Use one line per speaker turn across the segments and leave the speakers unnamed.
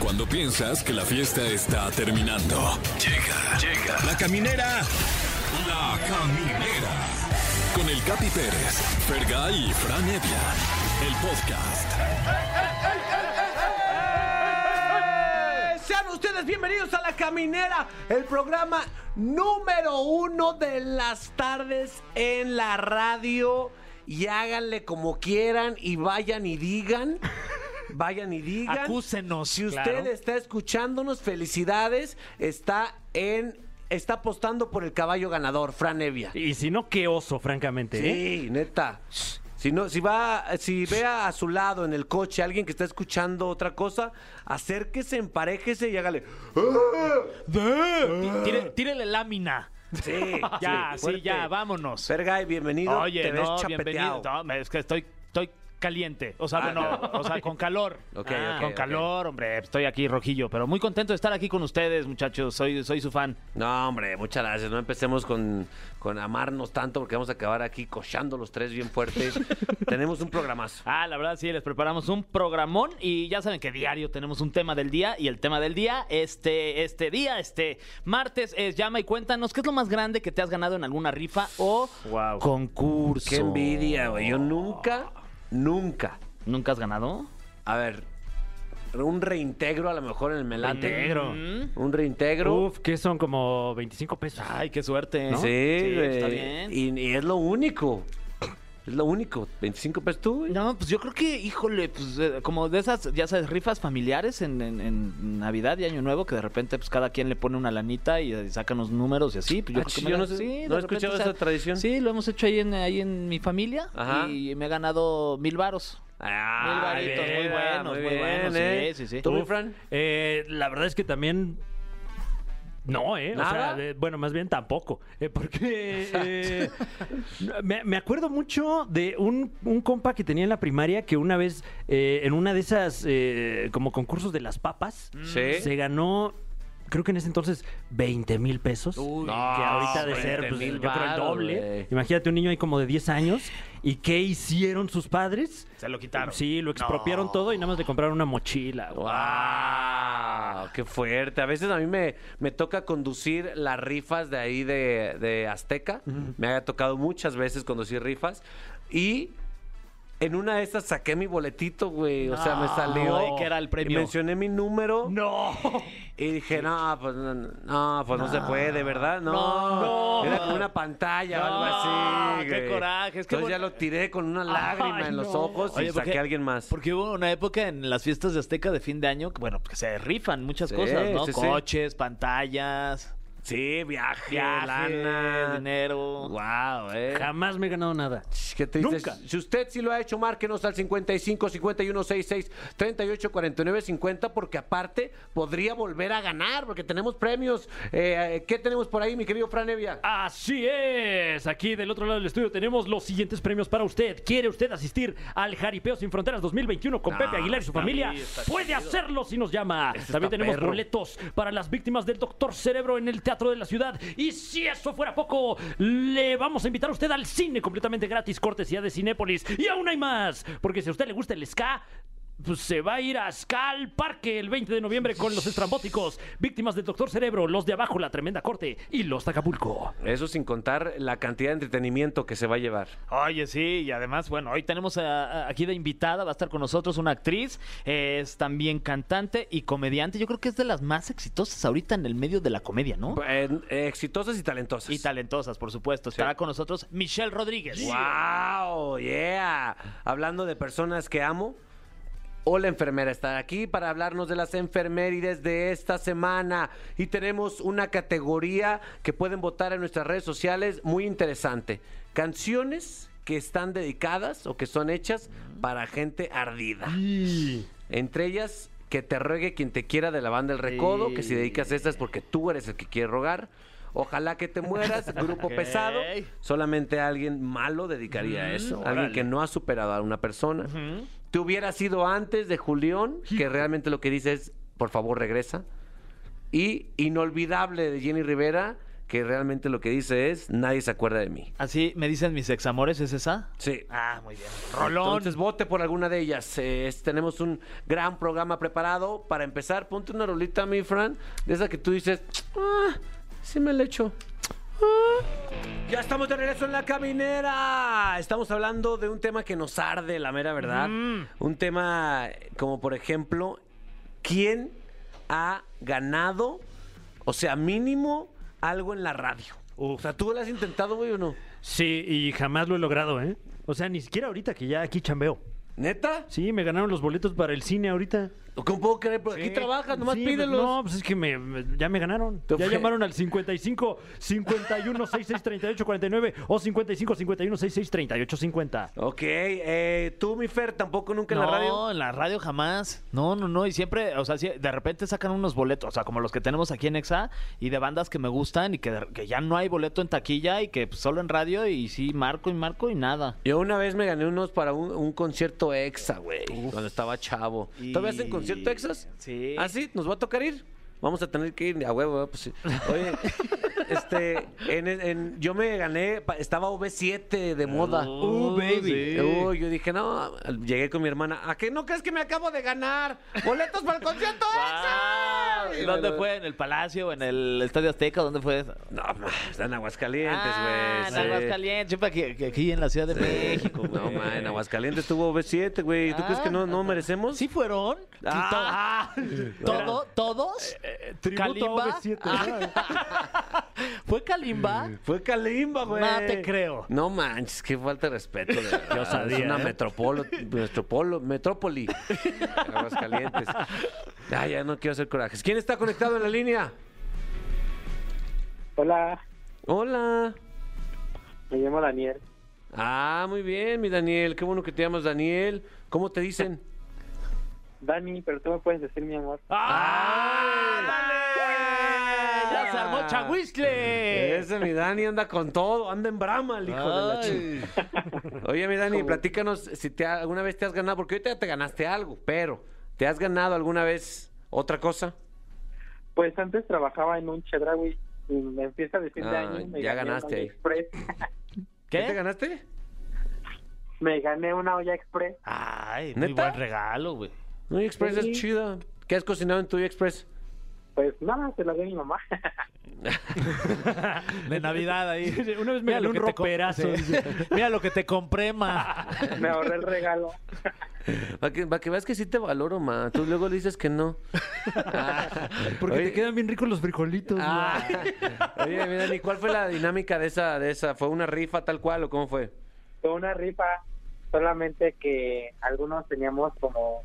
Cuando piensas que la fiesta está terminando. Llega, llega. La caminera. La caminera. Con el Capi Pérez, Fergay y Fran Evia. El podcast.
Sean ustedes bienvenidos a La Caminera, el programa número uno de las tardes en la radio. Y háganle como quieran y vayan y digan. Vayan y digan.
Acúsenos,
Si usted
claro.
está escuchándonos, felicidades. Está en. Está apostando por el caballo ganador, Fran Evia.
Y si no, qué oso, francamente. ¿eh?
Sí, neta. Si no, si va, si ve a, a su lado en el coche alguien que está escuchando otra cosa, acérquese, emparejese y hágale.
Tí- tire- Tírele lámina.
Sí,
Ya, sí,
fuerte.
ya, vámonos.
Fergay, bienvenido.
Oye,
Te ves
no,
chapeteado.
bienvenido. No, me- es que estoy, estoy caliente. O sea,
Ah,
no,
claro.
o sea, con calor. Ah,
Ok, ok,
con
ok.
calor, hombre, estoy aquí rojillo, pero muy contento de estar aquí con ustedes, muchachos. Soy, soy su fan.
No, hombre, muchas gracias. No empecemos con, con amarnos tanto porque vamos a acabar aquí cochando los tres bien fuertes. Tenemos un programazo.
Ah, la verdad, sí, les preparamos un programón y ya saben que diario tenemos un tema del día y el tema del día, este, este día, este martes es llama y cuéntanos qué es lo más grande que te has ganado en alguna rifa o
Guau.
concurso.
Qué envidia, güey. Yo nunca, nunca.
¿Nunca has ganado?
A ver, un reintegro a lo mejor en el melate.
Reintegro.
Mm.
Un reintegro.
Uf, que son como 25 pesos.
Ay, qué suerte. ¿no?
Sí, güey.
está bien.
Y, y es lo único. Es lo único. 25 pesos tú, güey.
No, pues yo creo que, híjole, pues eh, como de esas, ya sabes, rifas familiares en, en- en Navidad y Año Nuevo, que de repente pues cada quien le pone una lanita y, eh, sacan los números y así. Pues yo
Ah,
creo
sí,
que me
yo
gan-
no sé,
de
no he
repente,
escuchado esa tradición.
Sí, lo hemos hecho ahí en, ahí en mi familia
Ajá.
y me he ganado mil varos.
Ah,
Mil varitos, muy
mira,
buenos, muy buenos, sí, sí, sí.
¿Tú, mi
Uf.
Fran?
Eh, la verdad es que también. No, ¿eh? O
¿Nada?
sea, de- bueno, más bien tampoco. eh, porque. eh, me, me acuerdo mucho de un, un compa que tenía en la primaria que una vez, eh, en una de esas, eh, como concursos de las papas,
Sí.
se ganó. Creo que en ese entonces 20 mil pesos.
No,
que ahorita ha de ser
20
pues,
mil
yo creo, el
varos,
doble.
güey.
Imagínate un niño ahí como de 10 años. ¿Y qué hicieron sus padres?
Se lo quitaron.
Sí, lo expropiaron todo y nada más le compraron una mochila. güey.
¡Wow! ¡Qué fuerte! A veces a mí me, me toca conducir las rifas de ahí de, de Azteca. Me ha tocado muchas veces conducir rifas. Y en una de estas saqué mi boletito, güey. O sea, me salió.
güey, ¿qué Ah, era el premio?
y mencioné mi número.
¡No!
Y dije, no, pues no, no, pues no, se puede, ¿verdad? No.
No.
Era como una pantalla o algo
No,
así.
qué
güey.
coraje, es que
Entonces ya
bueno-
lo tiré con una lágrima
Ay,
en los
no.
ojos y saqué a alguien más.
Porque hubo una época en las fiestas de Azteca de fin de año, que, bueno, pues que se rifan muchas
Sí,
cosas, ¿no?
sí, sí.
Coches, pantallas,
Sí, viaje,
viajes,
lana.
dinero.
Wow, eh.
Jamás me he ganado nada.
Qué triste.
Nunca.
Si usted sí lo ha hecho, márquenos al 55 51 66 38 49 50 porque aparte podría volver a ganar porque tenemos premios. Eh, ¿Qué tenemos por ahí, mi querido Fran Evia?
Ah.
Así es, aquí del otro lado del estudio tenemos los siguientes premios para usted. ¿Quiere usted asistir al Jaripeo Sin Fronteras 2021 con Pepe Aguilar y su familia? Puede hacerlo si nos llama. También tenemos
perro.
boletos para las víctimas del Doctor Cerebro en el Teatro de la Ciudad. Y si eso fuera poco, le vamos a invitar a usted al cine completamente gratis, cortesía de Cinépolis. Y aún hay más, porque si a usted le gusta el ska... pues, se va a ir a Ska al Parque el 20 de noviembre con los estrambóticos, víctimas del Doctor Cerebro, los de abajo, la tremenda corte y los de Acapulco.
Eso sin contar la cantidad de entretenimiento que se va a llevar.
Oye, sí, y además, bueno, hoy tenemos a- a- aquí de invitada, va a estar con nosotros una actriz, es también cantante y comediante. Yo creo que es de las más exitosas ahorita en el medio de la comedia, ¿no?
Eh, eh, exitosas y talentosas.
Y talentosas, por supuesto. Estará con nosotros Michelle Rodríguez.
¡Wow! ¡Yeah! Hablando de personas que amo. Hola enfermera, está aquí para hablarnos de las enfermerides de esta semana y tenemos una categoría que pueden votar en nuestras redes sociales muy interesante. Canciones que están dedicadas o que son hechas para gente ardida. Entre ellas, que te ruegue quien te quiera de la banda El Recodo, que si dedicas esta es porque tú eres el que quiere rogar. Ojalá que te mueras, grupo
Ok.
pesado. Solamente alguien malo dedicaría a eso. Alguien
órale.
que no ha superado a una persona. Te hubiera sido antes de Julián, que realmente lo que dice es, por favor, regresa. Y Inolvidable de Jenny Rivera, que realmente lo que dice es, nadie se acuerda de mí.
Así me dicen mis examores, ¿es esa?
Sí.
Ah, muy bien. Rolón.
Entonces vote por alguna de ellas. Eh, es- tenemos un gran programa preparado. Para empezar, ponte una rolita, mi Fran, de esa que tú dices, ah, sí me la echo. Ah". Ya estamos de regreso en la caminera. Estamos hablando de un tema que nos arde, la mera verdad. Un tema como, por ejemplo, ¿quién ha ganado, o sea, mínimo, algo en la radio? O sea, ¿tú lo has intentado, güey, o no?
Sí, y jamás lo he logrado, ¿eh? O sea, ni siquiera ahorita que ya aquí chambeo.
¿Neta?
Sí, me ganaron los boletos para el cine ahorita.
¿Cómo puedo creer? Por aquí trabajas, nomás
Sí, pues,
pídelos.
No, pues es que me, me- ya me ganaron.
Te
Ya
fue-
llamaron al 55 51 66 38 49 o 55 51 66 38 50.
Ok, eh, tú, mi Fer, tampoco nunca en
no,
la radio.
en la radio jamás. No, no, no. Y siempre, o sea, sí, de repente sacan unos boletos, o sea, como los que tenemos aquí en Exa, y de bandas que me gustan y que, de- que ya no hay boleto en taquilla y que pues, solo en radio y sí, marco y marco y nada.
Yo una vez me gané unos para un, un concierto exa, güey, cuando estaba chavo.
Y-
¿Todavía hacen concierto exas?
Sí.
¿Ah, sí? ¿Nos va a tocar ir? Vamos a tener que ir a huevo, ¿verdad? pues sí. Oye, este, en, en- yo me gané, pa- estaba V7 de moda.
Oh, baby. sí.
Uy, yo dije, no, llegué con mi hermana. ¿A qué no crees que me acabo de ganar? ¡Boletos para el concierto
¡Wow!
exa!
¿Y ¿Dónde fue? ¿En el Palacio? ¿En el Estadio Azteca? ¿Dónde fue? eso?
No, ma, está en Aguascalientes, güey.
Ah, en
sí.
Aguascalientes, siempre aquí, aquí- aquí en la Ciudad de México.
No,
güey.
man, en Aguascalientes tuvo B7, güey. ¿Tú
Ah.
crees que no, no merecemos?
¿Sí fueron?
Ah.
¿Todo, ¿Todos?
Tributo Ah,
¿Kalimba?
a OV7.
Ah.
¿Fue Kalimba?
Fue Calimba, güey.
No te creo.
No manches, qué falta de respeto. de verdad.
Qué osadía,
Es una
¿eh?
metropolo, metropolo, metrópoli. Aguascalientes. Ya, ya no quiero hacer corajes. ¿Quién está conectado en la línea?
Hola,
Hola.
me llamo Daniel.
Ah, muy bien, mi Daniel. Qué bueno que te llamas Daniel. ¿Cómo te dicen?
Dani, pero tú me puedes decir mi amor.
Ah.
¡Ándale! Ah, ¡Ya se armó Chahuizcle!
Ese mi Dani anda con todo, anda en brama el hijo de la chica.
Ay.
Oye, mi Dani, platícanos si te ha- alguna vez te has ganado, porque ahorita ya te ganaste algo, pero ¿te has ganado alguna vez otra cosa?
Pues antes trabajaba en un Chedraui y me empieza de fin de
Ah,
año. me
ya
gané una
ganaste
olla
ahí.
express.
¿Qué? te
¿Qué?
ganaste?
me gané una olla express.
Ay, muy
¿Neta?
buen regalo, güey.
Uy, Express
Sí.
es chida. ¿Qué has cocinado en tu Uy Express?
Pues nada, se la di a mi mamá.
De Navidad ahí.
Una vez me gané un
que te com-
roperazo.
Sí. Mira lo que te compré, ma.
me ahorré el regalo.
Para que, pa' que veas que sí te valoro, ma. Tú luego le dices que no. Ah,
Porque
oye-
te quedan bien ricos los frijolitos.
Ah, oye, mi Dani, ¿cuál fue la dinámica de esa, de esa? ¿Fue una rifa tal cual o cómo fue?
Fue una rifa, solamente que algunos teníamos como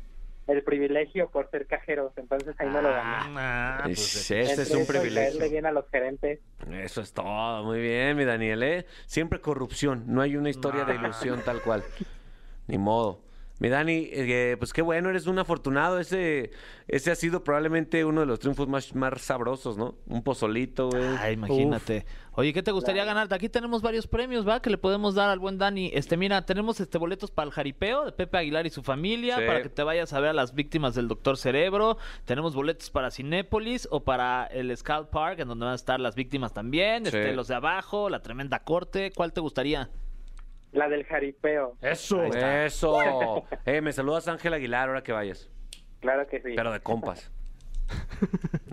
el privilegio por ser cajeros, entonces ahí no lo gané.
Ah, pues,
Ese este es
Entre
un
eso y caerle
privilegio.
bien a los gerentes.
Eso es todo, muy bien, mi Daniel, ¿eh? Siempre corrupción, no hay una historia de ilusión tal cual. Ni modo. Mi Dani, eh, pues qué bueno, eres un afortunado. Ese, ese ha sido probablemente uno de los triunfos más, más sabrosos, ¿no? Un pozolito, güey.
Ah, imagínate. Oye, ¿qué te gustaría ganar? Aquí tenemos varios premios, ¿va? Que le podemos dar al buen Dani. Este, mira, tenemos este boletos para el jaripeo de Pepe Aguilar y su familia,
Sí.
para que te vayas a ver a las víctimas del Doctor Cerebro. Tenemos boletos para Cinépolis o para el Scout Park, en donde van a estar las víctimas también,
Sí.
este, los de abajo, la tremenda corte. ¿Cuál te gustaría?
La del jaripeo,
Eso.
Ahí está. Eso. Eh, me saludas Ángel Aguilar ahora que vayas.
claro que sí.
Pero de compas.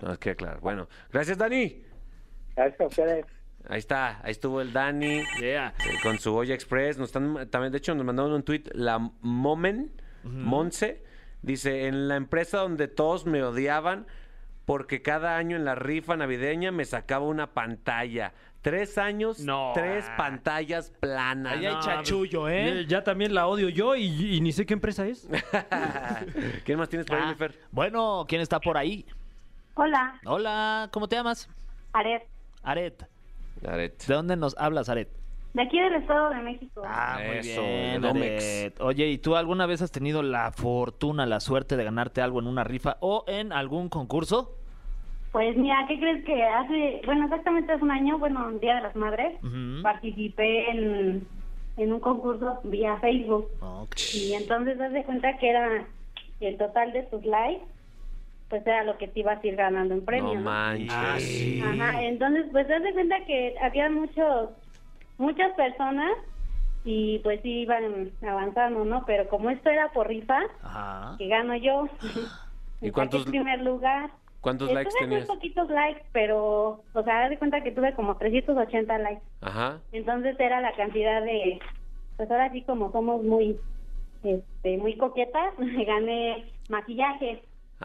No, es que claro. Bueno, gracias, Dani.
Gracias a ustedes.
Ahí está, ahí estuvo el Dani.
Yeah.
Eh, con su olla express. Nos están también, de hecho, nos mandaron un tweet la Momen, Monse, dice en la empresa donde todos me odiaban porque cada año en la rifa navideña me sacaba una pantalla. Tres años,
No.
tres pantallas planas.
Ahí hay chachullo, ¿eh?
Ya también la odio yo y, y ni sé qué empresa es.
¿Quién más tienes por ahí,
Ah,
mi Fer?
bueno, ¿quién está por ahí?
Hola,
Hola, ¿cómo te llamas?
Aret,
Aret.
Aret.
¿De dónde nos hablas, Aret?
de aquí del Estado de México.
Ah, muy
Eso,
bien.
el Omex.
Aret. Oye, ¿y tú alguna vez has tenido la fortuna, la suerte de ganarte algo en una rifa o en algún concurso?
Pues mira, ¿qué crees que hace, bueno, exactamente hace un año, bueno, un Día de las Madres,
Ujú.
participé en, en un concurso vía Facebook.
Ok.
Y entonces haz de cuenta que era el total de tus likes pues era lo que te ibas a ir ganando en premio.
No
¿no?
manches.
Ah, sí.
Ajá, entonces pues haz de cuenta que había muchos, muchas personas y pues sí iban avanzando, ¿no? Pero como esto era por rifa,
Ajá.
que gano yo.
¿Y
Me saqué
cuántos-
primer lugar.
¿Cuántos
Eh,
likes
tuve
tenías?
Muy poquitos likes, pero, o sea, haz de cuenta que tuve como 380 likes.
Ajá.
Entonces era la cantidad de, pues ahora sí como somos muy, este, muy coquetas, gané maquillaje. Ese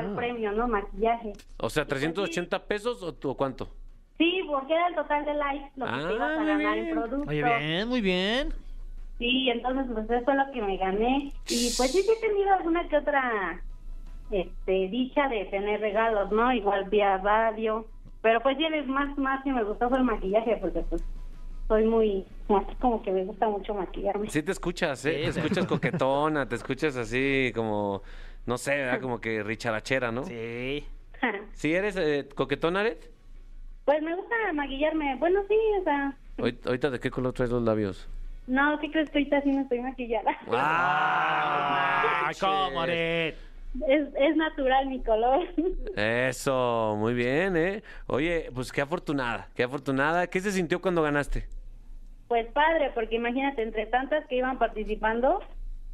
Ah.
el premio, ¿no? Maquillaje.
O sea, 380 pesos o, o cuánto?
Sí, porque era el total de likes lo que
Ah,
te ibas a
muy
ganar
bien.
en producto.
Oye, bien, muy bien.
Sí, entonces pues eso fue lo que me gané. Y pues sí, sí he tenido alguna que otra este, dicha de tener regalos, ¿no? Igual vía radio. Pero pues sí, el más, más que me gustó fue el maquillaje, porque pues soy muy, así como que me gusta mucho maquillarme.
Sí te escuchas, ¿eh?
Sí,
te
te-
escuchas coquetona, te escuchas así como, no sé, ¿verdad? como que richarachera, ¿no? Sí.
Sí.
eres eh, coquetona, Aret?
pues me gusta maquillarme. Bueno, sí, o sea,
Ahorita ahorita, de qué color traes los labios.
no, ¿qué crees que ahorita sí no estoy maquillada?
Ah, ¿cómo, Aret?
Es, es natural mi color.
Eso, muy bien, ¿eh? Oye, pues qué afortunada, qué afortunada. ¿Qué se sintió cuando ganaste?
Pues padre, porque imagínate, entre tantas que iban participando,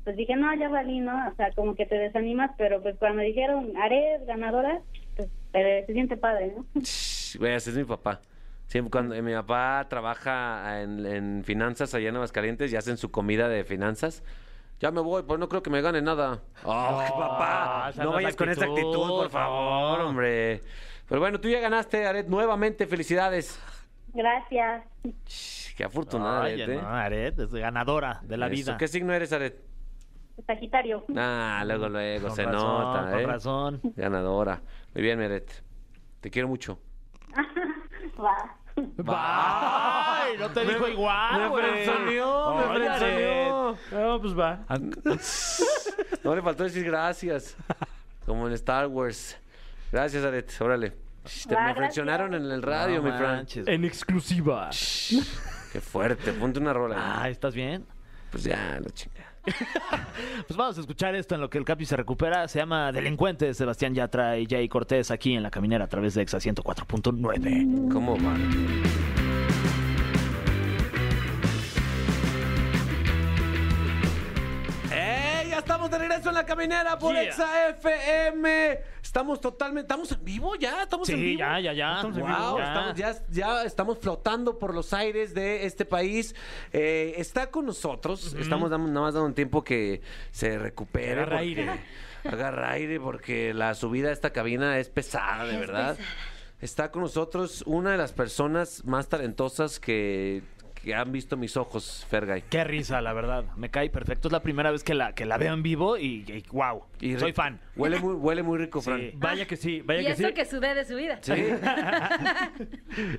pues dije, no, ya valí, ¿no? O sea, como que te desanimas, pero pues cuando me dijeron, haré ganadora, pues eh, se siente padre, ¿no?
Ch, Güey, ese es mi papá. Siempre cuando eh, mi papá trabaja en, en finanzas allá en Aguascalientes y hacen su comida de finanzas. Ya me voy, pues no creo que me gane nada. ¡Oh,
No,
papá!
esa
No
no es
vayas con esa
actitud,
actitud, por favor,
no.
hombre. Pero bueno, tú ya ganaste, Aret, nuevamente, felicidades.
Gracias.
Ch, Qué afortunada,
Oye,
Aret, ¿eh?
no, Aret es ganadora de la
Eso.
vida.
¿Qué signo eres, Aret?
Sagitario.
Ah, luego, luego,
Mm, Con
se
razón,
nota,
con
¿eh?
razón.
Ganadora. Muy bien, Aret. Te quiero mucho.
Va.
Ay, no te dijo igual,
me
Ah, güey.
frenzoneó, me
Oye, Aret.
frenzoneó.
No, pues va.
No le faltó decir gracias. Como en Star Wars. Gracias, Aret. Órale. Te me
Gracias.
fraccionaron en el radio,
No
mi Fran.
manches.
En exclusiva.
Qué fuerte. Ponte una rola.
Ah, ¿estás bien?
Pues ya, la chingada.
Pues vamos a escuchar esto en lo que el Capi se recupera. Se llama Delincuente, Sebastián Yatra y Jay Cortés aquí en La Caminera a través de Exa 104.9.
¿Cómo va? ¡Ey! ¡Eh! Ya estamos de regreso en la caminera por
Yeah.
Exa FM. Estamos totalmente. ¿Estamos en vivo ya? ¿Estamos en
Sí,
vivo?
ya, ya, ya.
Wow, estamos- ya. ya estamos flotando por los aires de este país. Eh, está con nosotros. Estamos dando- nada más dando un tiempo que se recupere.
Agarra
porque-
aire.
Agarra aire porque la subida a esta cabina es pesada, de verdad. Está con nosotros una de las personas más talentosas que, que han visto mis ojos, Fergay.
Qué risa, la verdad. Me cae perfecto. Es la primera vez que la, que la veo en vivo y, wow.
Y
soy
ri-
fan.
Huele muy, huele muy rico, Fran.
Vaya que sí, vaya
Y
que
eso
sí.
que sudé de su vida.
Sí.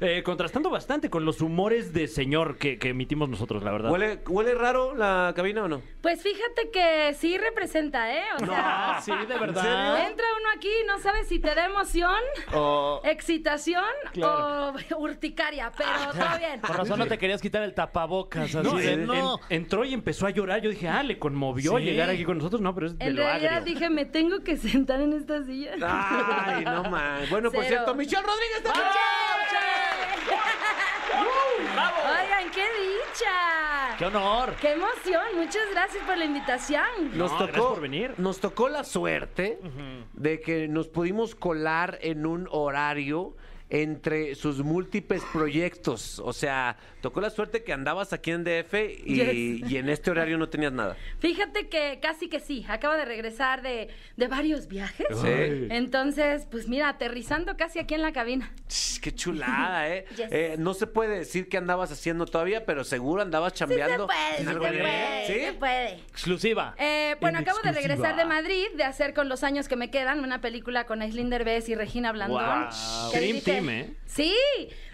Eh, contrastando bastante con los humores de señor que, que emitimos nosotros, la verdad.
¿Huele, ¿Huele raro la cabina o no?
Pues fíjate que sí representa, ¿eh? O sea,
Ah, sí, de
entra uno aquí y no sabe si te da emoción,
O-
excitación
Claro.
o urticaria, pero todo bien.
Por razón no te querías quitar el tapabocas. Así
No,
de,
eh,
en-
Ah, no.
en- entró y empezó a llorar. Yo dije, ah, le conmovió
Sí.
llegar aquí con nosotros. No, pero es de
En
lo
realidad
agrio.
dije, me tengo que sentar en esta silla.
Ay, no man. Bueno, por
Cero.
cierto, Michelle Rodríguez está
Oigan, qué dicha.
¡Qué honor!
Qué emoción. Muchas gracias por la invitación.
Nos
No, gracias
tocó
por venir.
Nos tocó la suerte de que nos pudimos colar en un horario entre sus múltiples proyectos. O sea, tocó la suerte que andabas aquí en DF y,
Yes.
y en este horario no tenías nada.
Fíjate que casi que sí, acaba de regresar de, de varios viajes.
Sí.
Entonces, pues mira, aterrizando casi aquí en la cabina.
Ch, Qué chulada, ¿eh?
Yes.
Eh, No se puede decir que andabas haciendo todavía, pero seguro andabas
Sí se
chambeando.
puede, sí
en
se
algo bien.
puede,
¿Sí?
se puede.
Exclusiva.
Eh, bueno,
En
acabo de
exclusiva.
regresar de Madrid, de hacer con los años que me quedan una película con Aislinn Derbez y Regina Blandón.
Guau.
que
Dream
dirige-
team, ¿eh?
Sí,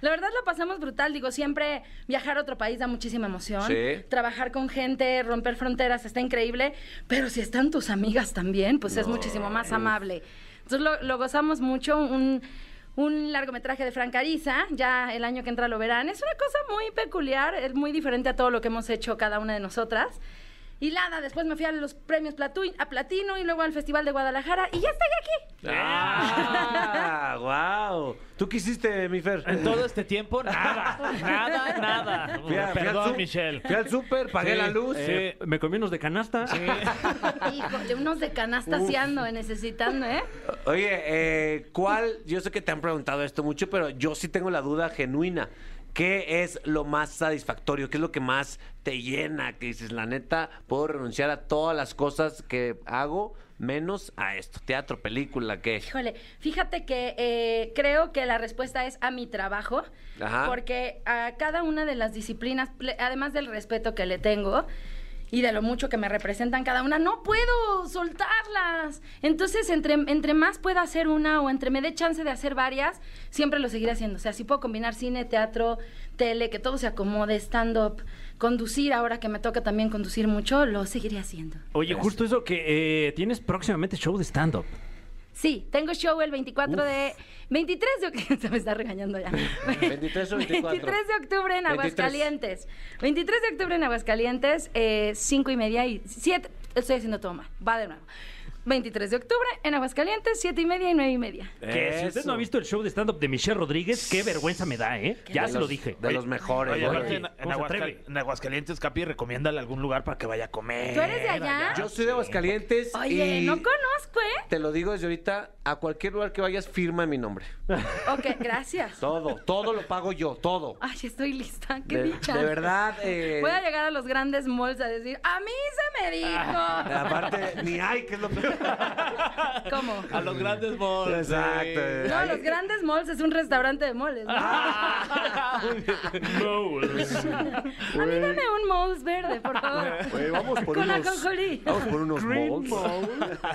la verdad la pasamos brutal. Digo, siempre viajar a otro país da muchísima emoción.
Sí.
Trabajar con gente, romper fronteras, está increíble. Pero si están tus amigas también, pues es muchísimo más amable. Entonces lo, lo gozamos mucho. Un, un largometraje de Frank Ariza, ya el año que entra lo verán. Es una cosa muy peculiar, es muy diferente a todo lo que hemos hecho cada una de nosotras. hilada. Después me fui a los premios Platu- a Platino y luego al Festival de Guadalajara y ya estoy aquí.
¡Ah! ¡Wow! ¿Tú qué hiciste, mi Fer?
En todo este tiempo, nada, nada, nada.
Fui a- fui al
Perdón,
su-
Michelle.
Fui al súper, pagué
Sí,
la luz.
eh, me comí unos de canasta.
Híjole, unos de canasta sí ando necesitando, ¿eh?
Oye, eh, ¿cuál? Yo sé que te han preguntado esto mucho, pero yo sí tengo la duda genuina. ¿Qué es lo más satisfactorio? ¿Qué es lo que más te llena? Que dices, la neta, puedo renunciar a todas las cosas que hago menos a esto. Teatro, película, ¿qué?
Híjole, fíjate que eh, creo que la respuesta es a mi trabajo,
Ajá.
porque a cada una de las disciplinas, ple- además del respeto que le tengo y de lo mucho que me representan cada una, no puedo soltarlas. Entonces, entre, entre más pueda hacer una o entre me dé chance de hacer varias, siempre lo seguiré haciendo. O sea, si puedo combinar cine, teatro, tele, que todo se acomode, stand-up, conducir, ahora que me toca también conducir mucho, lo seguiré haciendo.
Oye, justo eso que eh, tienes próximamente show de stand-up.
Sí, tengo show el 24 de... 23 de octubre... Se me está regañando ya.
23 o 24.
23 de octubre en
23.
Aguascalientes. 23 de octubre en Aguascalientes, 5 y media y 7... Estoy haciendo toma, va de nuevo. 23 de octubre en Aguascalientes, 7 y media y 9 y media.
Que si usted
Eso.
no ha visto el show de stand-up de Michelle Rodríguez, qué vergüenza me da, ¿eh? Ya
De
se
los-
lo dije.
De
Oye,
los mejores.
oye,
¿no?
aparte-
Oye,
¿Cómo se atreve?
en Aguascalientes, Capi, recomiéndale algún lugar para que vaya a comer.
¿Tú eres de allá?
Yo soy de Aguascalientes.
Oye,
y
no conozco, ¿eh?
Te lo digo desde ahorita, a cualquier lugar que vayas, firma mi nombre.
Ok, gracias.
Todo, todo lo pago yo, todo.
Ay, estoy lista, qué
de,
dicha.
de verdad. eh,
Voy a llegar a los grandes malls a decir, a mí se me dijo.
Ah, Aparte, ni hay, que es lo peor.
¿Cómo?
A los grandes malls.
Exacto.
sí.
No,
Ay,
los grandes malls es un restaurante de moles. ¿no?
Ah.
A mí dame un malls verde, por favor.
Oye, vamos por
Con
unos-
ajonjolí.
Vamos por unos malls.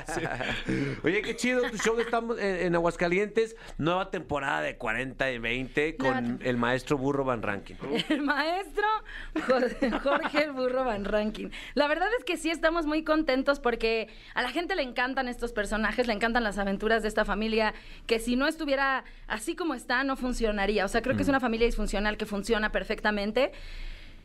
Oye, qué chido tu show. Estamos en, en Aguascalientes. Nueva temporada de 40 y 20
Nueva
con
temporada.
el maestro Burro Van Rankin.
El maestro Jorge Jorge Burro Van Rankin. La verdad es que sí estamos muy contentos porque a la gente le encantan estos personajes, le encantan las aventuras de esta familia, que si no estuviera así como está, no funcionaría. O sea, creo que es una familia disfuncional que funciona perfectamente.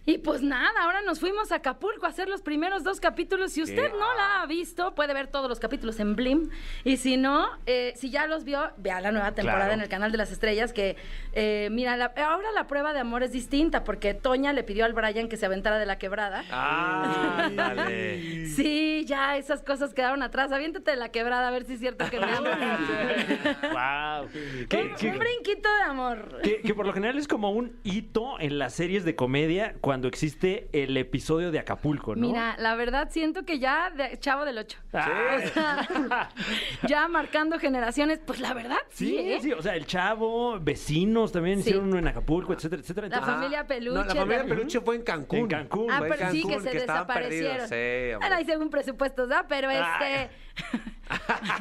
Y pues nada, ahora nos fuimos a Acapulco a hacer los primeros dos capítulos. Si usted
Sí.
no la ha visto, puede ver todos los capítulos en Blim. Y si no, eh, si ya los vio, vea la nueva temporada
Claro.
en el Canal de las Estrellas. Que eh, mira, la- ahora la prueba de amor es distinta porque Toña le pidió al Brian que se aventara de la quebrada.
Ah, dale.
Sí, ya esas cosas quedaron atrás. Aviéntate de la quebrada a ver si es cierto que me amas.
Wow.
¿Qué-
un,
qué-
un brinquito de amor.
Que, que por lo general es como un hito en las series de comedia cuando existe el episodio de Acapulco, ¿no?
Mira, la verdad siento que ya de- chavo del 8.
Ah.
ya marcando generaciones, pues la verdad sí,
Sí,
¿eh?
sí, o sea, el chavo, vecinos también
Sí.
hicieron uno en Acapulco, etcétera, etcétera.
La
Entonces-
familia Peluche.
Ah, No, la familia
también.
Peluche fue en Cancún.
En Cancún.
Ah,
Fue en
pero sí, que
Cancún,
se
estaban
desaparecieron.
perdidos. Sí, hombre.
bueno, ahí según presupuestos, ¿ah? Pero este.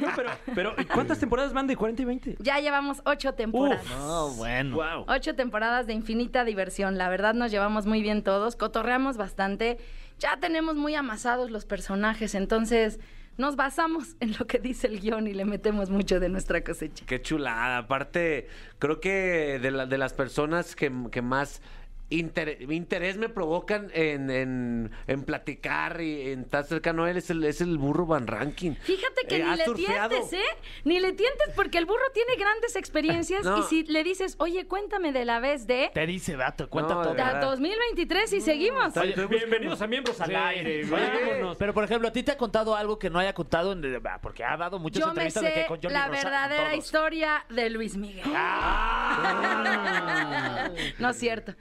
No, pero, pero ¿cuántas temporadas van de 40 y 20?
ya llevamos ocho temporadas.
No, bueno.
Wow.
Ocho temporadas de infinita diversión. La verdad nos llevamos muy bien todos, cotorreamos bastante. Ya tenemos muy amasados los personajes, entonces nos basamos en lo que dice el guión y le metemos mucho de nuestra cosecha.
Qué chulada. Aparte, creo que de, la- de las personas que, que más inter- interés me provocan en, en- en platicar y en estar cercano a él es el, es el burro Van Ranking.
Fíjate que
Eh,
ni
ha
le
surfeado.
tientes, ¿eh? Ni le tientes porque el burro tiene grandes experiencias
No.
y si le dices, oye, cuéntame de la vez de...
Te dice, dato, cuenta
No, de
todo.
verdad.
Da 2023 y seguimos.
Oye,
Bienvenidos a Miembros al
Sí.
Aire. Vámonos.
Pero, por ejemplo, ¿a ti te ha contado algo que no haya contado? en- ah, Porque ha dado muchas
Yo me
entrevistas de
sé
que con Johnny
la
Rosado,
verdadera
todos.
historia de Luis Miguel.
Ah.
no es cierto.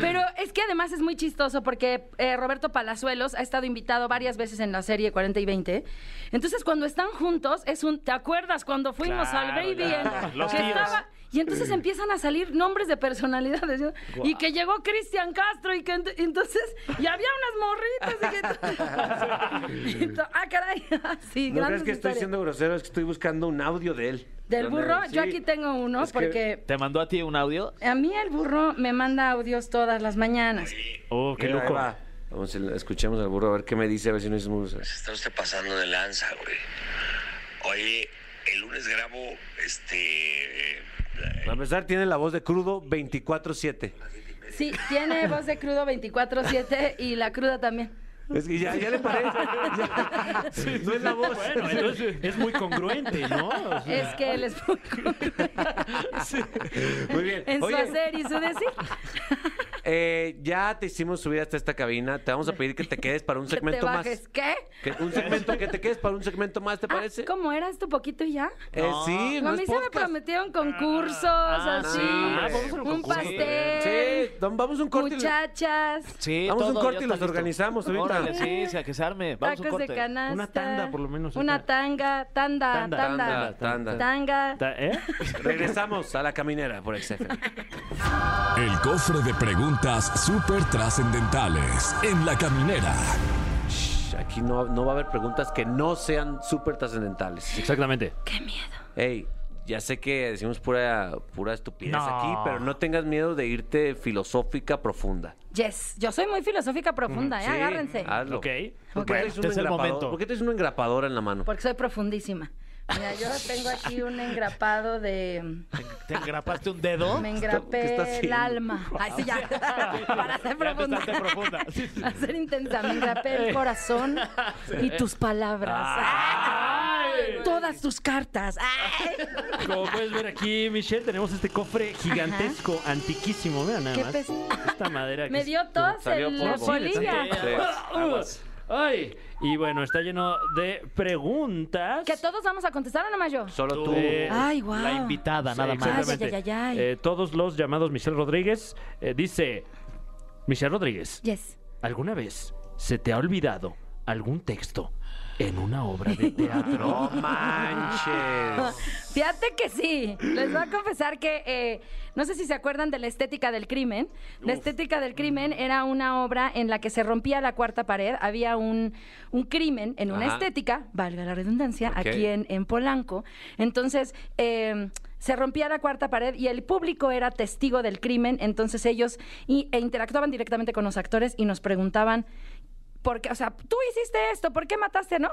Pero es que además es muy chistoso porque eh, Roberto Palazuelos ha estado invitado varias veces en la serie 40 y 20. Entonces, cuando están juntos, es un. ¿Te acuerdas cuando fuimos al
Claro,
Baby?
claro.
en-
Los
que
tíos.
estaba- y entonces empiezan a salir nombres de personalidades. ¿no? Y que llegó Cristian Castro y que ent- entonces. Y había unas morritas. Y que, Ento- ah, caray. sí,
No crees
grandes
que estoy
historias.
siendo grosero, es que estoy buscando un audio de él.
Del
Donde-
burro, yo
sí.
aquí tengo uno
Es que-
porque.
¿Te mandó a ti un audio?
A mí el burro me manda audios todas las mañanas.
Oh, qué
Mira, ahí
loco.
va. Vamos, eh, escuchemos al burro a ver qué me dice, a ver si no es muy grosero.
Se está usted pasando de lanza, güey. Oye, el lunes grabo este. eh,
Para empezar, tiene la voz de crudo 24-7.
Sí, tiene voz de crudo 24-7 y la cruda también.
Es que ya, ya le parece. ya. no es la voz.
Bueno, entonces es muy congruente, ¿no? O sea,
Es que él es muy
Muy bien.
en
Oye,
su hacer y su decir.
eh, ya te hicimos subir hasta esta cabina. Te vamos a pedir que te quedes para un
Que te
segmento más.
bajes. ¿Qué?
Que un segmento, que te quedes para un segmento más, ¿te
Ah,
parece?
¿Cómo era esto poquito y ya?
Eh, sí, no
a
es
mí se me
podcast.
prometieron concursos
Ah,
así,
sí. Ah, vamos a un
un
concurso.
pastel,
Sí, don- vamos a un corte. y-
muchachas,
Sí,
Vamos a un
todo,
corte
ya
y
está
los
listo.
organizamos ahorita.
Órale, sí, sí, a que se arme. Vamos a un
tacos de
corte.
canasta.
Una tanda, por lo menos,
Una
acá.
tanga, tanda,
Tanda,
tanda,
Tanda, tanda.
tanga.
ta- ¿eh?
Regresamos a la caminera por XFM.
El cofre de preguntas súper trascendentales en la caminera.
Shh, Aquí no, no va a haber preguntas que no sean súper trascendentales.
Exactamente.
Qué miedo.
Ey, ya sé que decimos pura, pura estupidez
No.
aquí, pero no tengas miedo de irte filosófica profunda.
Yes, yo soy muy filosófica profunda, ¿eh?
Sí,
agárrense.
hazlo.
Ok.
¿Por qué,
Ok.
traes un
Este es el
engrapador-
momento.
¿Por qué traes una engrapadora en la mano?
Porque soy profundísima. Mira, yo tengo aquí un engrapado de...
¿Te engrapaste un dedo?
Me
¿Qué está
engrapé el
haciendo?
alma. Ay, sí, ya. Para ser
Ya
profunda.
empezaste profunda. Sí, sí.
Para ser intensa. Me engrapé el corazón y tus palabras.
Ay.
Todas tus cartas. Ay.
Como puedes ver aquí, Michelle, tenemos este cofre gigantesco, antiquísimo. Mira nada
Qué
más.
pes-
Esta madera que
Me dio tos
Salió
en la
polvo. Sí, le
polilla.
salió.
Ah, Ay, y bueno, está lleno de preguntas.
Que todos vamos a contestar, ¿o nomás yo?
Solo tú.
Eh,
Ay, guau. Ah,
La invitada, nada
Sí,
más.
exactamente.
Ay, ay, ay, ay.
Eh, todos los llamados Michelle Rodríguez eh, dice Michelle Rodríguez,
Yes.
¿alguna vez se te ha olvidado algún texto en una obra de teatro?
No manches.
Fíjate que sí. Les voy a confesar que eh, no sé si se acuerdan de la estética del crimen. La estética del crimen era una obra en la que se rompía la cuarta pared. Había un, un crimen en una
Ajá.
estética, valga la redundancia,
Ok.
aquí en, en Polanco. Entonces. eh, se rompía la cuarta pared y el público era testigo del crimen, entonces ellos i- e interactuaban directamente con los actores y nos preguntaban, ¿por qué? O sea, tú hiciste esto, ¿por qué mataste, no?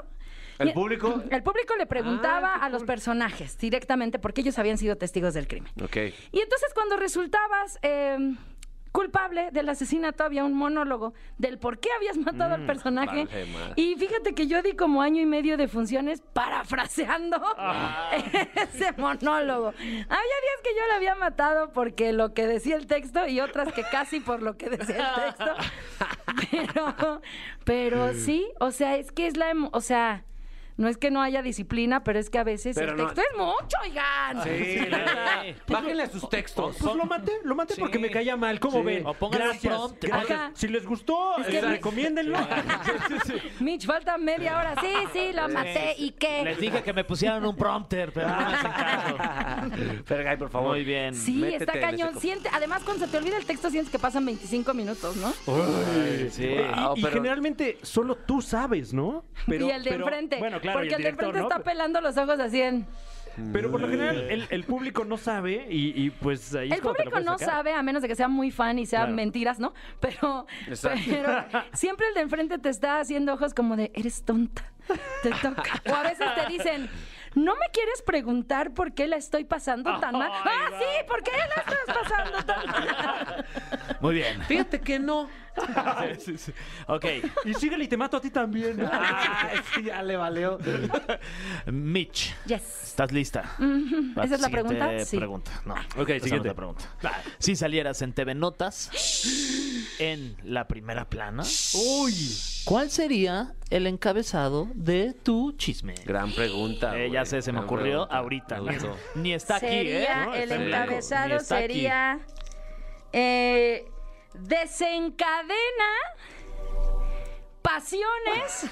¿El
Y-
público?
El público le preguntaba
Ah, qué
a los
cool.
personajes directamente porque ellos habían sido testigos del crimen.
Ok.
Y entonces cuando resultabas eh, culpable del asesinato había un monólogo del por qué habías matado al personaje.
Mm, vale madre.
y fíjate que yo di como año y medio de funciones parafraseando
Ah.
ese monólogo. Había días que yo lo había matado porque lo que decía el texto y otras que casi por lo que decía el texto. Pero, pero sí, o sea, es que es la... emo- O sea... No es que no haya disciplina, pero es que a veces
Pero
el
no-
texto es mucho, oigan.
Sí, la neta. Bájenle a sus textos.
Pues lo maté, lo maté
Sí.
porque me caía mal, ¿cómo
Sí.
ven?
O pongan un
gracias,
prompt.
gracias.
Ajá.
Si les gustó,
Es que
eh,
me-
recomiéndenlo.
Mitch, falta media hora. Sí, sí, lo maté. ¿Y
Les
qué?
dije que me pusieran un prompter, pero no me hacen caso.
Fergay, por favor.
Muy bien.
Sí,
Métete
está
en
cañón.
ese
Siente, además, cuando se te olvida el texto, sientes que pasan 25 minutos, ¿no?
Oh,
Sí.
Y-
Wow,
y,
pero-
generalmente solo tú sabes, ¿no?
y el de
pero-
enfrente.
Bueno, claro,
porque
y
el, de
director,
enfrente
¿no?
está pelando los ojos así en.
Pero por lo general el, el público no sabe y, y, pues ahí es
El
cuando te lo
público
puedes
no
sacar.
sabe, a menos de que sea muy fan y sean
Claro.
mentiras, ¿no? Pero,
Exacto.
pero siempre el de enfrente te está haciendo ojos como de, eres tonta, te toca. O a veces te dicen, ¿no me quieres preguntar por qué la estoy pasando tan mal? ¡Ah, sí! ¿Por qué la estás pasando tan mal?
Muy bien.
Fíjate que no.
Sí, sí. Ok.
Y síguele y te mato a ti también.
Ah, sí, ya le valió.
Mitch,
Yes.
¿estás lista?
¿Esa es la
Siguiente
pregunta? Sí. Ah.
pregunta. No.
Ok,
esa no es
siguiente.
la pregunta. Si salieras en TV Notas, en la primera plana,
Uy.
¿cuál sería el encabezado de tu chisme?
Gran pregunta.
Eh, ya sé, se me ocurrió ahorita. Ni está aquí, ¿eh?
sería
No,
el
está en blanco. Ni
encabezado
está aquí.
sería eh, desencadena pasiones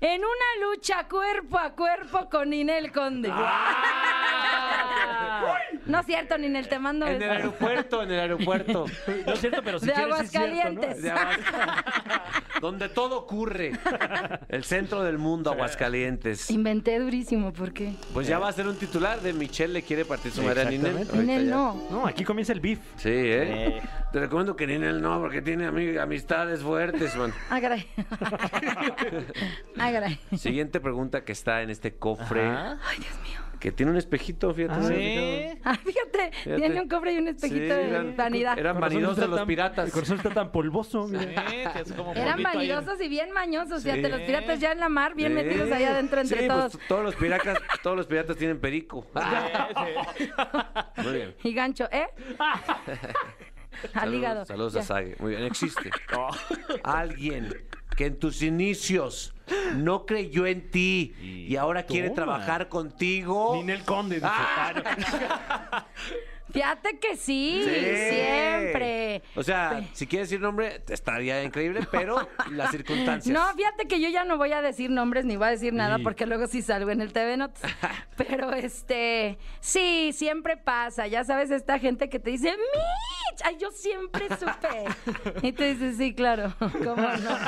en una lucha cuerpo a cuerpo con Ninel Conde.
¡Ah!
no es cierto, Ninel, te mando
En el
besos.
aeropuerto, en el aeropuerto.
No es cierto, pero si
De
quieres sí es cierto, ¿no?
Aguascalientes.
De Aguas- Donde todo ocurre. El centro del mundo, Aguascalientes.
Inventé durísimo, ¿por qué?
Pues ya va a ser un titular de Michelle le quiere partir su madre a Ninel.
Exactamente.
Ahorita
Ninel
ya.
no.
No, aquí comienza el beef.
Sí, ¿eh?
Eh.
Te recomiendo que Ninel no, porque tiene ami- amistades fuertes, man.
Ah, caray. Ah, caray.
Siguiente pregunta que está en este cofre.
Ajá.
Ah. Ay, Dios mío.
que tiene un espejito, fíjate. ¿no?
¿Sí?
Ah, fíjate,
Fíjate.
tiene un cofre y un espejito
Sí,
de
eran-
vanidad.
Eran
Con razón
vanidosos
está
los
tan-
piratas.
El corazón está tan polvoso. mira.
Sí, que es como
Eran
polvito ahí.
vanidosos y bien mañosos,
Sí.
fíjate, los piratas ya en la mar, bien
Sí.
metidos ahí adentro entre
Sí, pues,
todos.
todos los piratas, todos los piratas tienen perico.
Sí, sí.
Muy bien.
Y gancho, ¿eh? Al
Saludos-
hígado.
Saludos
Ya.
a Sage. Muy bien, existe. Alguien que en tus inicios no creyó en ti y ahora quiere
Toma.
trabajar contigo.
Ninel Conde. dice.
Ah.
Ah,
Fíjate que sí, siempre.
O sea, si quieres decir nombre, estaría increíble, pero las circunstancias.
No, fíjate que yo ya no voy a decir nombres ni voy a decir nada
Sí.
porque luego sí salgo en el TV Notas. Pero este, sí, siempre pasa. Ya sabes, esta gente que te dice, ¡Mich! Ay, yo siempre supe. Y te dices, sí, claro, ¿cómo no?